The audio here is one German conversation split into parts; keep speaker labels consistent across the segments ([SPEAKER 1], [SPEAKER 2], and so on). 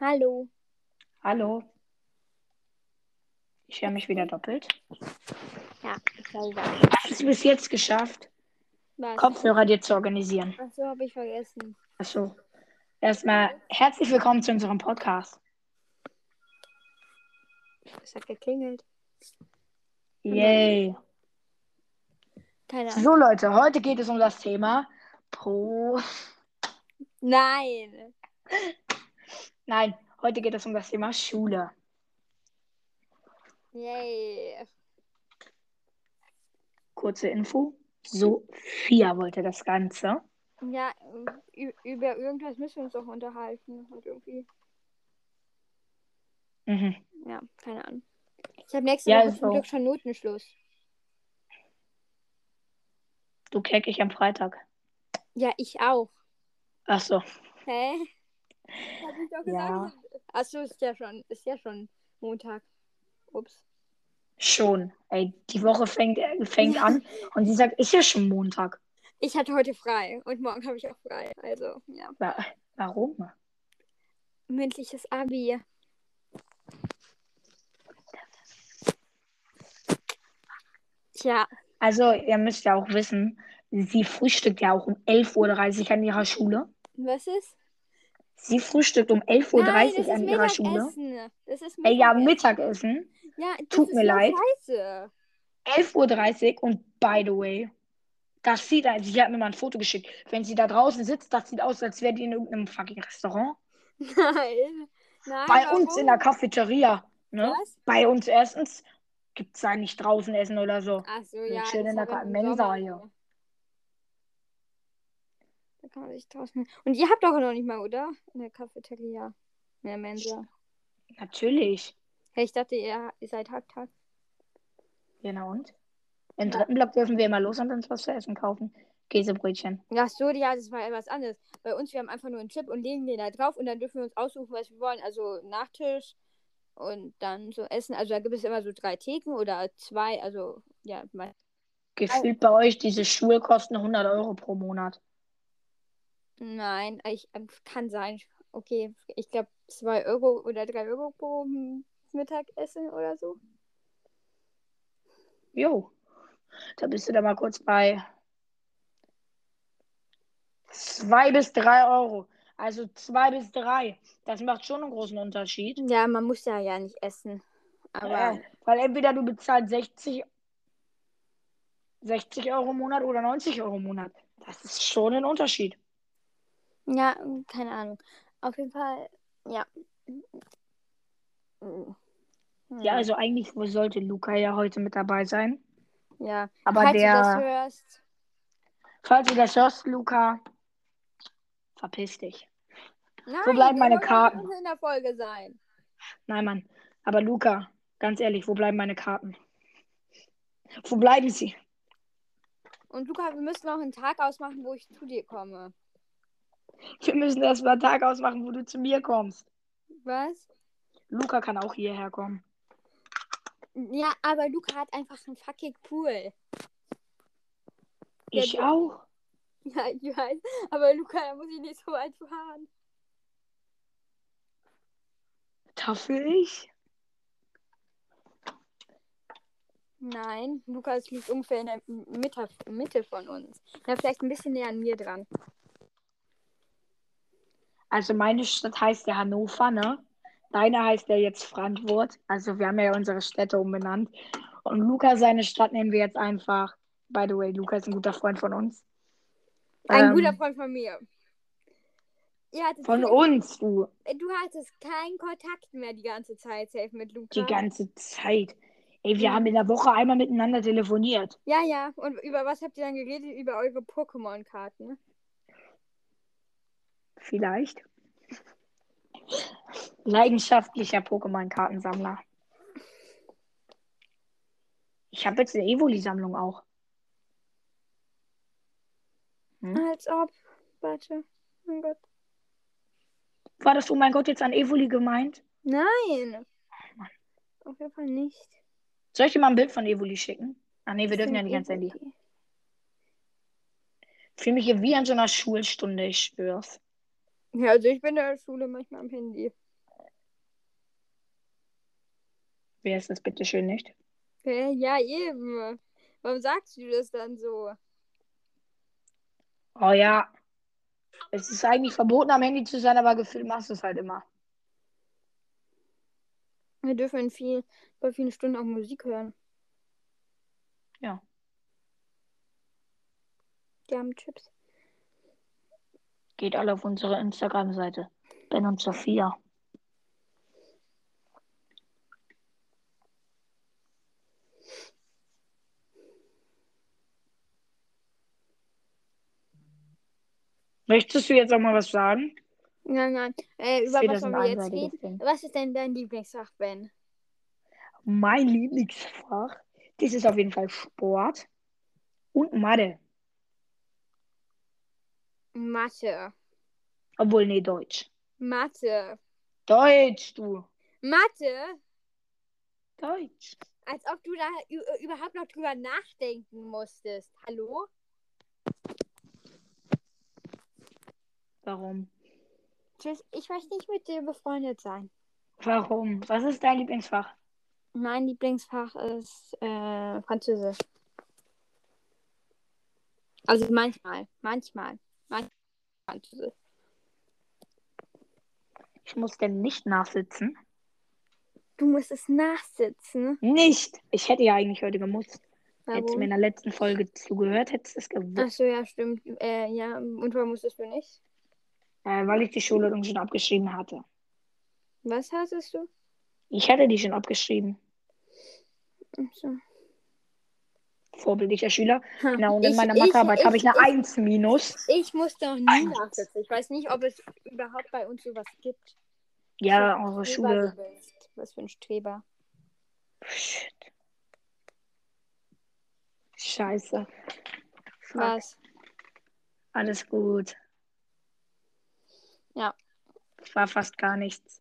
[SPEAKER 1] Hallo.
[SPEAKER 2] Hallo. Ich höre mich wieder doppelt.
[SPEAKER 1] Ja, ich höre wieder.
[SPEAKER 2] Hast du bis jetzt geschafft,
[SPEAKER 1] Was?
[SPEAKER 2] Kopfhörer dir zu organisieren?
[SPEAKER 1] Ach so, habe ich vergessen.
[SPEAKER 2] Achso. Erstmal herzlich willkommen zu unserem Podcast.
[SPEAKER 1] Es hat geklingelt.
[SPEAKER 2] Yay.
[SPEAKER 1] Keine Ahnung.
[SPEAKER 2] So Leute, heute geht es um das Thema Pro.
[SPEAKER 1] Nein.
[SPEAKER 2] Nein, heute geht es um das Thema Schule.
[SPEAKER 1] Yay.
[SPEAKER 2] Kurze Info. Sophia wollte das Ganze.
[SPEAKER 1] Ja, ü- über irgendwas müssen wir uns doch unterhalten. Halt irgendwie.
[SPEAKER 2] Mhm.
[SPEAKER 1] Ja, keine Ahnung. Ich habe nächste
[SPEAKER 2] Ja,
[SPEAKER 1] Woche
[SPEAKER 2] ist
[SPEAKER 1] zum
[SPEAKER 2] so.
[SPEAKER 1] Glück schon Notenschluss.
[SPEAKER 2] Du keck ich am Freitag.
[SPEAKER 1] Ja, ich auch.
[SPEAKER 2] Achso.
[SPEAKER 1] Hä? Hab ich doch
[SPEAKER 2] Ja.
[SPEAKER 1] gesagt. Achso, ist ja schon, ist ja schon Montag. Ups.
[SPEAKER 2] Schon. Ey, die Woche fängt, fängt an und sie sagt, ist ja schon Montag.
[SPEAKER 1] Ich hatte heute frei und morgen habe ich auch frei. Also, ja.
[SPEAKER 2] Wa- Warum?
[SPEAKER 1] Mündliches Abi. Tja,
[SPEAKER 2] Also, ihr müsst ja auch wissen, sie frühstückt ja auch um 11.30 Uhr an ihrer Schule.
[SPEAKER 1] was ist?
[SPEAKER 2] Sie frühstückt um
[SPEAKER 1] Nein,
[SPEAKER 2] 11.30
[SPEAKER 1] das
[SPEAKER 2] Uhr an
[SPEAKER 1] ist
[SPEAKER 2] ihrer Schule.
[SPEAKER 1] Mittagessen. Das ist
[SPEAKER 2] Ey, ja,
[SPEAKER 1] Mittagessen.
[SPEAKER 2] Mittagessen.
[SPEAKER 1] Ja, das
[SPEAKER 2] tut
[SPEAKER 1] ist
[SPEAKER 2] mir
[SPEAKER 1] so
[SPEAKER 2] leid.
[SPEAKER 1] Scheiße.
[SPEAKER 2] 11.30 Uhr und by the way, das sieht, also sie hat mir mal ein Foto geschickt. Wenn sie da draußen sitzt, das sieht aus, als wäre die in irgendeinem fucking Restaurant.
[SPEAKER 1] Nein. Nein.
[SPEAKER 2] Bei uns in der
[SPEAKER 1] warum?
[SPEAKER 2] Cafeteria. Ne?
[SPEAKER 1] Was?
[SPEAKER 2] Bei uns erstens gibt es da nicht draußen Essen oder so.
[SPEAKER 1] Ach so,
[SPEAKER 2] Wir
[SPEAKER 1] ja.
[SPEAKER 2] chillen
[SPEAKER 1] das
[SPEAKER 2] in der
[SPEAKER 1] ist aber
[SPEAKER 2] Ka-
[SPEAKER 1] im
[SPEAKER 2] Mensa
[SPEAKER 1] Sommer
[SPEAKER 2] hier.
[SPEAKER 1] so. Da kann man sich draußen. Und ihr habt doch noch nicht mal, oder? In der Cafeteria. In der Mensa.
[SPEAKER 2] Natürlich.
[SPEAKER 1] Hey, ich dachte, ihr ihr seid Hacktag.
[SPEAKER 2] Genau und? Im
[SPEAKER 1] Ja.
[SPEAKER 2] dritten Block dürfen wir immer los und uns was zu essen kaufen. Käsebrötchen.
[SPEAKER 1] Ach so, ja, das war etwas anderes. Bei uns, wir haben einfach nur einen Chip und legen den da drauf und dann dürfen wir uns aussuchen, was wir wollen. Also Nachtisch und dann so Essen. Also da gibt es immer so drei Theken oder zwei. Also, ja, mein-
[SPEAKER 2] Gefühlt bei euch, diese Schuhe kosten 100 Euro pro Monat.
[SPEAKER 1] nein, ich ähm, kann sein. Okay, ich glaube zwei Euro oder drei Euro pro hm, Mittagessen oder so.
[SPEAKER 2] Jo. Da bist du dann mal kurz bei 2 bis 3 Euro. Also 2 bis 3. Das macht schon einen großen Unterschied.
[SPEAKER 1] Ja, man muss ja ja nicht essen. Aber
[SPEAKER 2] Äh, weil entweder du bezahlst 60, 60 Euro im Monat oder 90 Euro im Monat. Das ist schon ein Unterschied.
[SPEAKER 1] ja, keine Ahnung. Auf jeden Fall, ja. Hm.
[SPEAKER 2] Ja, also eigentlich sollte Luca ja heute mit dabei sein.
[SPEAKER 1] ja.
[SPEAKER 2] Aber
[SPEAKER 1] Falls
[SPEAKER 2] der.
[SPEAKER 1] du das hörst.
[SPEAKER 2] Falls du das hörst, Luca, verpiss dich.
[SPEAKER 1] Nein,
[SPEAKER 2] Wo bleiben
[SPEAKER 1] der
[SPEAKER 2] meine
[SPEAKER 1] soll doch
[SPEAKER 2] Karten?
[SPEAKER 1] mit uns in der Folge sein.
[SPEAKER 2] Nein, Mann. Aber Luca, ganz ehrlich, wo bleiben meine Karten? Wo bleiben sie?
[SPEAKER 1] Und Luca, wir müssen noch einen Tag ausmachen, wo ich zu dir komme.
[SPEAKER 2] Wir müssen erst mal einen Tag ausmachen, wo du zu mir kommst.
[SPEAKER 1] Was?
[SPEAKER 2] Luca kann auch hierher kommen.
[SPEAKER 1] Ja, aber Luca hat einfach einen fucking Pool. Ja,
[SPEAKER 2] Ich
[SPEAKER 1] du-
[SPEAKER 2] auch.
[SPEAKER 1] Ja, ich weiß. Aber Luca, da muss ich nicht so weit fahren.
[SPEAKER 2] Dafür ich?
[SPEAKER 1] Nein, Lukas liegt ungefähr in der Mitte, Mitte von uns. Ja, vielleicht ein bisschen näher an mir dran.
[SPEAKER 2] Also meine Stadt heißt ja Hannover, ne? Deine heißt ja jetzt Frankfurt. Also wir haben ja unsere Städte umbenannt. Und Luca, seine Stadt nehmen wir jetzt einfach. By the way, Luca ist ein guter Freund von uns.
[SPEAKER 1] Ein
[SPEAKER 2] Ähm,
[SPEAKER 1] guter Freund von mir. Ihr hattet
[SPEAKER 2] Von
[SPEAKER 1] keinen-
[SPEAKER 2] uns, du.
[SPEAKER 1] du hattest keinen Kontakt mehr die ganze Zeit, safe mit Luca.
[SPEAKER 2] Die ganze Zeit. Ey, wir
[SPEAKER 1] Mhm.
[SPEAKER 2] haben in der Woche einmal miteinander telefoniert.
[SPEAKER 1] Ja, ja. Und über was habt ihr dann geredet? Über eure Pokémon-Karten.
[SPEAKER 2] Vielleicht. Leidenschaftlicher Pokémon-Kartensammler. Ich habe jetzt eine Evoli-Sammlung auch. Hm?
[SPEAKER 1] Als ob. Warte. Mein Gott.
[SPEAKER 2] War das, oh mein Gott, jetzt an Evoli gemeint?
[SPEAKER 1] Nein.
[SPEAKER 2] Mann.
[SPEAKER 1] Auf jeden Fall nicht.
[SPEAKER 2] Soll ich dir mal ein Bild von Evoli schicken? Ah nee, wir dürfen ja
[SPEAKER 1] Sind
[SPEAKER 2] nicht ans Handy.
[SPEAKER 1] irgendwie-
[SPEAKER 2] Ich fühle mich hier wie an so einer Schulstunde, ich schwör's.
[SPEAKER 1] Ja, also ich bin in der Schule manchmal am Handy.
[SPEAKER 2] Wer ist das bitte schön nicht?
[SPEAKER 1] Hä? Ja, eben. Warum sagst du das dann so?
[SPEAKER 2] Oh ja. Es ist eigentlich verboten, am Handy zu sein, aber gefühlt machst du es halt immer.
[SPEAKER 1] Wir dürfen in viel, bei vielen Stunden auch Musik hören.
[SPEAKER 2] Ja.
[SPEAKER 1] Die haben Chips.
[SPEAKER 2] Geht alle auf unsere Instagram-Seite. Ben und Sophia. Möchtest du jetzt auch mal was sagen?
[SPEAKER 1] Nein, nein. Äh, über
[SPEAKER 2] Ich seh,
[SPEAKER 1] was wollen
[SPEAKER 2] das ist
[SPEAKER 1] wir
[SPEAKER 2] ein
[SPEAKER 1] jetzt
[SPEAKER 2] einseitiges
[SPEAKER 1] reden?
[SPEAKER 2] Ding.
[SPEAKER 1] Was ist denn dein Lieblingsfach, Ben?
[SPEAKER 2] Mein Lieblingsfach, das ist auf jeden Fall Sport und Mathe.
[SPEAKER 1] Mathe.
[SPEAKER 2] Obwohl, nee, Deutsch.
[SPEAKER 1] Mathe.
[SPEAKER 2] Deutsch, du.
[SPEAKER 1] Mathe?
[SPEAKER 2] Deutsch.
[SPEAKER 1] Als ob du da ü- überhaupt noch drüber nachdenken musstest. Hallo?
[SPEAKER 2] Warum?
[SPEAKER 1] Tschüss, ich möchte nicht mit dir befreundet sein.
[SPEAKER 2] Warum? Was ist dein Lieblingsfach?
[SPEAKER 1] Mein Lieblingsfach ist äh, Französisch. Also manchmal, manchmal, manchmal Französisch.
[SPEAKER 2] Ich muss denn nicht nachsitzen?
[SPEAKER 1] Du musst es nachsitzen.
[SPEAKER 2] Nicht! Ich hätte ja eigentlich heute gemusst. Hättest du mir in
[SPEAKER 1] Warum?
[SPEAKER 2] der letzten Folge zugehört, hättest du es gewusst.
[SPEAKER 1] Achso, ja, stimmt. Äh, ja, und warum musstest du nicht?
[SPEAKER 2] Äh, weil ich die Schule dann schon abgeschrieben hatte.
[SPEAKER 1] Was hattest du?
[SPEAKER 2] Ich hatte die schon abgeschrieben.
[SPEAKER 1] Achso.
[SPEAKER 2] Vorbildlicher Schüler.
[SPEAKER 1] Ha,
[SPEAKER 2] Genau, und
[SPEAKER 1] ich-
[SPEAKER 2] in meiner
[SPEAKER 1] ich-
[SPEAKER 2] Mathearbeit
[SPEAKER 1] ich-
[SPEAKER 2] habe ich eine
[SPEAKER 1] ich-
[SPEAKER 2] 1 minus.
[SPEAKER 1] Ich musste noch nie
[SPEAKER 2] Eins.
[SPEAKER 1] nachsitzen. Ich weiß nicht, ob es überhaupt bei uns sowas gibt.
[SPEAKER 2] Ja,
[SPEAKER 1] So ein
[SPEAKER 2] unsere
[SPEAKER 1] Streber
[SPEAKER 2] Oh, Schule.
[SPEAKER 1] du bist. Was für ein Streber.
[SPEAKER 2] Shit. Scheiße. Fuck.
[SPEAKER 1] Was?
[SPEAKER 2] Alles gut.
[SPEAKER 1] Ja.
[SPEAKER 2] War fast gar nichts.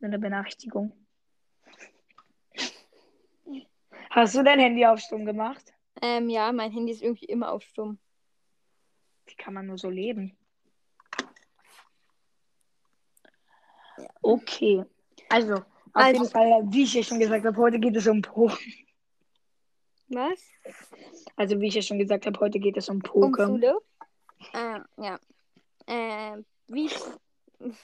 [SPEAKER 2] Nur eine Benachrichtigung. Hast du dein Handy auf Stumm gemacht?
[SPEAKER 1] Ähm, ja, mein Handy ist irgendwie immer auf Stumm.
[SPEAKER 2] Wie kann man nur so leben? Okay. Also, auf
[SPEAKER 1] Also-
[SPEAKER 2] jeden Fall, wie ich ja schon gesagt habe, heute geht es um Pokémon.
[SPEAKER 1] Was?
[SPEAKER 2] Also, wie ich ja schon gesagt habe, heute geht es um
[SPEAKER 1] Um
[SPEAKER 2] Pokémon.
[SPEAKER 1] Schule? Ähm, ja. Ähm, wie,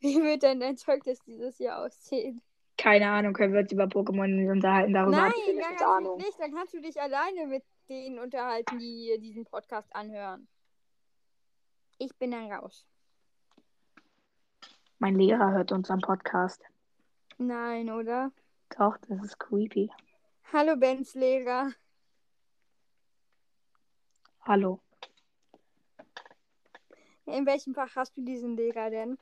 [SPEAKER 1] wie wird denn dein Zeugnis dieses Jahr aussehen?
[SPEAKER 2] Keine Ahnung, können wir uns über Pokémon unterhalten. Darüber
[SPEAKER 1] Nein,
[SPEAKER 2] habe ich
[SPEAKER 1] dann
[SPEAKER 2] keine
[SPEAKER 1] kannst du
[SPEAKER 2] Ahnung.
[SPEAKER 1] dich nicht. Dann kannst du dich alleine mit denen unterhalten, die diesen Podcast anhören. Ich bin dann raus.
[SPEAKER 2] Mein Lehrer hört unseren Podcast.
[SPEAKER 1] Nein, oder?
[SPEAKER 2] Doch, das ist creepy.
[SPEAKER 1] Hallo, Bens Lehrer.
[SPEAKER 2] Hallo.
[SPEAKER 1] In welchem Fach hast du diesen Lehrer denn?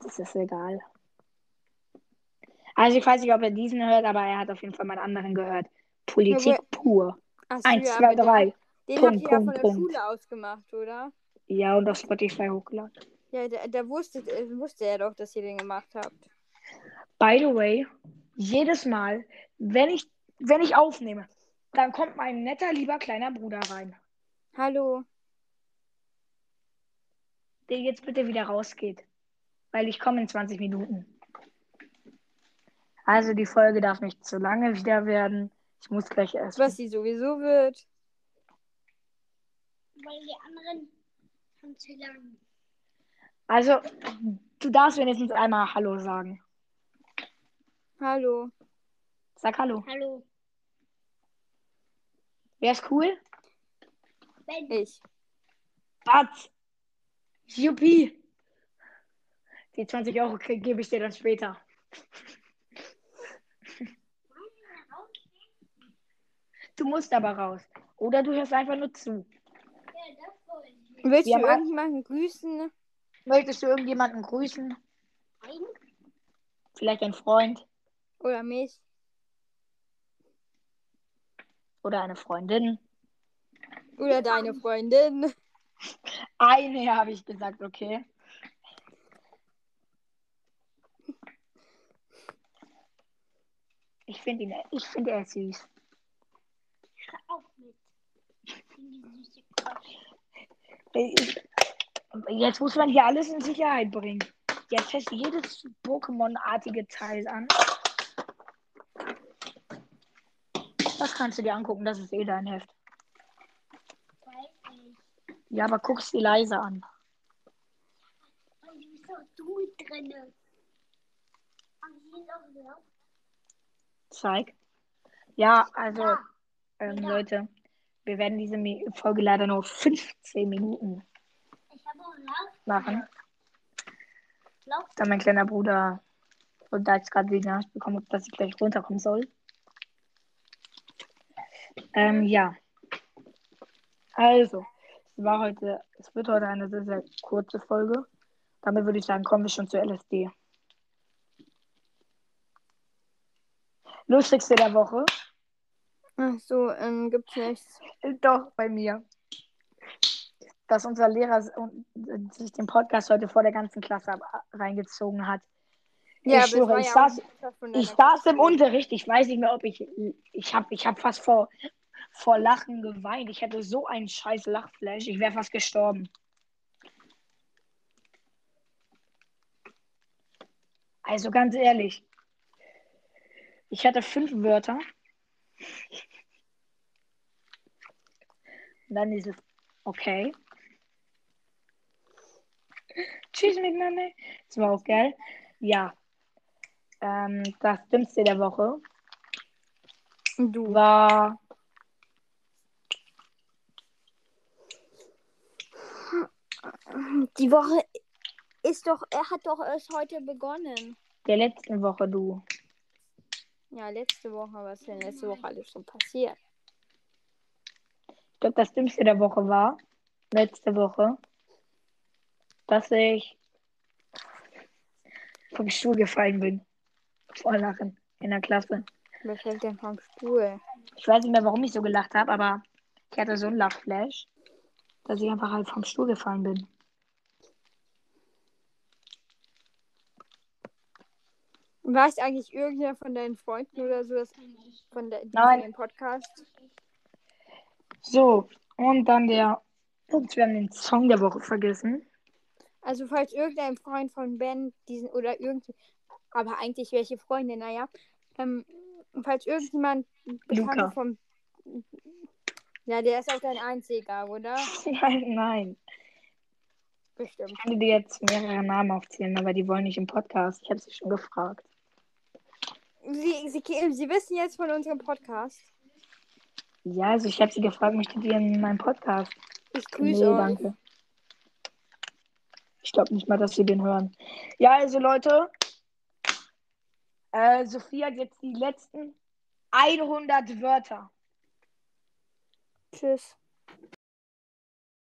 [SPEAKER 2] Das ist egal. Also ich weiß nicht, ob er diesen hört, aber er hat auf jeden Fall meinen anderen gehört. Politik
[SPEAKER 1] Aber-
[SPEAKER 2] pur.
[SPEAKER 1] Ach so,
[SPEAKER 2] Eins,
[SPEAKER 1] ja,
[SPEAKER 2] zwei,
[SPEAKER 1] aber
[SPEAKER 2] drei.
[SPEAKER 1] Den, den habt
[SPEAKER 2] Punkt,
[SPEAKER 1] ihr ja
[SPEAKER 2] Punkt,
[SPEAKER 1] von der
[SPEAKER 2] Punkt.
[SPEAKER 1] Schule ausgemacht, oder?
[SPEAKER 2] Ja, und auf Spotify hochgeladen.
[SPEAKER 1] Ja, da, da wusste, äh, wusste er doch, dass ihr den gemacht habt.
[SPEAKER 2] By the way, jedes Mal, wenn ich, wenn ich aufnehme, dann kommt mein netter, lieber kleiner Bruder rein,
[SPEAKER 1] Hallo.
[SPEAKER 2] der jetzt bitte wieder rausgeht. Weil ich komme in 20 Minuten. Also die Folge darf nicht zu lange wieder werden. Ich muss gleich essen.
[SPEAKER 1] Was sie sowieso wird.
[SPEAKER 3] weil die anderen haben zu lang.
[SPEAKER 2] Also, du darfst wenigstens einmal Hallo sagen.
[SPEAKER 1] Hallo.
[SPEAKER 2] Sag Hallo.
[SPEAKER 3] Hallo,
[SPEAKER 2] Wär's cool?
[SPEAKER 3] Ben.
[SPEAKER 1] Ich.
[SPEAKER 2] Was? Juppie. Die 20 Euro krieg- gebe ich dir dann später. Du musst aber raus. Oder du hörst einfach nur zu.
[SPEAKER 3] Ja, das wollte ich.
[SPEAKER 1] Willst
[SPEAKER 2] Wir
[SPEAKER 1] du
[SPEAKER 2] haben-
[SPEAKER 1] irgendjemanden grüßen?
[SPEAKER 2] Möchtest du irgendjemanden grüßen?
[SPEAKER 3] Nein,
[SPEAKER 2] Vielleicht einen Freund
[SPEAKER 1] Oder mich?
[SPEAKER 2] oder eine Freundin?
[SPEAKER 1] Oder deine Freundin?
[SPEAKER 2] Eine habe ich gesagt, okay. Ich finde ihn, ich finde er ist süß.
[SPEAKER 3] hör auf mit. Ich bin die süße Quatsch.
[SPEAKER 2] Äh, Jetzt muss man hier alles in Sicherheit bringen. Jetzt fässt jedes Pokémon-artige Teil an. Das kannst du dir angucken, das ist eh dein Heft.
[SPEAKER 3] Weiß nicht.
[SPEAKER 2] Ja, aber guck's dir leise an.
[SPEAKER 3] Und hier ist auch du drinne. Und hier ist auch noch.
[SPEAKER 2] Zeig. Ja, also,
[SPEAKER 3] Ja.
[SPEAKER 2] ähm,
[SPEAKER 3] Ja.
[SPEAKER 2] Leute, wir werden diese Mi- Folge leider nur 15 Minuten
[SPEAKER 3] Ich habe auch Lauf.
[SPEAKER 2] machen.
[SPEAKER 3] Lauf.
[SPEAKER 2] Da mein kleiner Bruder und da jetzt gerade die Nachricht bekommen, dass ich gleich runterkommen soll. Ähm, ja. Also, es war heute, es wird heute eine sehr, sehr kurze Folge. Damit würde ich sagen, kommen wir schon zu LSD. Lustigste der Woche.
[SPEAKER 1] Ach so, ähm, gibt's nichts.
[SPEAKER 2] Doch, bei mir. Dass unser Lehrer s- und- und sich den Podcast heute vor der ganzen Klasse ab- reingezogen hat.
[SPEAKER 1] Ja,
[SPEAKER 2] ich schwöre, ich
[SPEAKER 1] auch
[SPEAKER 2] saß,
[SPEAKER 1] eine Botschaft von
[SPEAKER 2] ich
[SPEAKER 1] deiner
[SPEAKER 2] saß im
[SPEAKER 1] Klasse.
[SPEAKER 2] Unterricht. Ich weiß nicht mehr, ob ich. Ich habe ich hab fast vor, vor Lachen geweint. Ich hatte so einen scheiß Lachflash. Ich wäre fast gestorben. Also ganz ehrlich. Ich hatte fünf Wörter. Und dann dieses Okay. Tschüss miteinander. Das war auch geil. Ja. Ähm, das Dümmste der Woche
[SPEAKER 1] Du.
[SPEAKER 2] war.
[SPEAKER 1] Die Woche ist doch, er hat doch erst heute begonnen.
[SPEAKER 2] der letzten Woche, du.
[SPEAKER 1] Ja, letzte Woche, was ist denn letzte Woche alles schon passiert?
[SPEAKER 2] Ich glaube, das Dümmste der Woche war, letzte Woche, dass ich vom Stuhl gefallen bin. Vor Lachen in der Klasse.
[SPEAKER 1] Wer fällt denn vom Stuhl?
[SPEAKER 2] Ich weiß nicht mehr, warum ich so gelacht habe, aber ich hatte so einen Lachflash, dass ich einfach halt vom Stuhl gefallen bin.
[SPEAKER 1] Weiß eigentlich irgendwer von deinen Freunden oder so, dass von de
[SPEAKER 2] Nein.
[SPEAKER 1] dem Podcast?
[SPEAKER 2] So, und dann der. Und wir haben den Song der Woche vergessen.
[SPEAKER 1] Also falls irgendein Freund von Ben diesen oder irgendwie, aber eigentlich welche Freunde, naja, ähm, falls irgendjemand
[SPEAKER 2] Luca.
[SPEAKER 1] bekannt vom ja, der ist auch dein einziger, oder?
[SPEAKER 2] Nein, nein.
[SPEAKER 1] Bestimmt.
[SPEAKER 2] Ich könnte dir jetzt mehrere Namen aufzählen, aber die wollen nicht im Podcast. Ich habe sie schon gefragt.
[SPEAKER 1] Sie, sie, sie wissen jetzt von unserem Podcast.
[SPEAKER 2] Ja, also ich habe sie gefragt, möchtet ihr in meinem Podcast?
[SPEAKER 1] Ich
[SPEAKER 2] nee,
[SPEAKER 1] grüße euch.
[SPEAKER 2] danke. Ich glaube nicht mal, dass sie den hören. Ja, also Leute, äh, Sophie hat jetzt die letzten 100 Wörter.
[SPEAKER 1] Tschüss.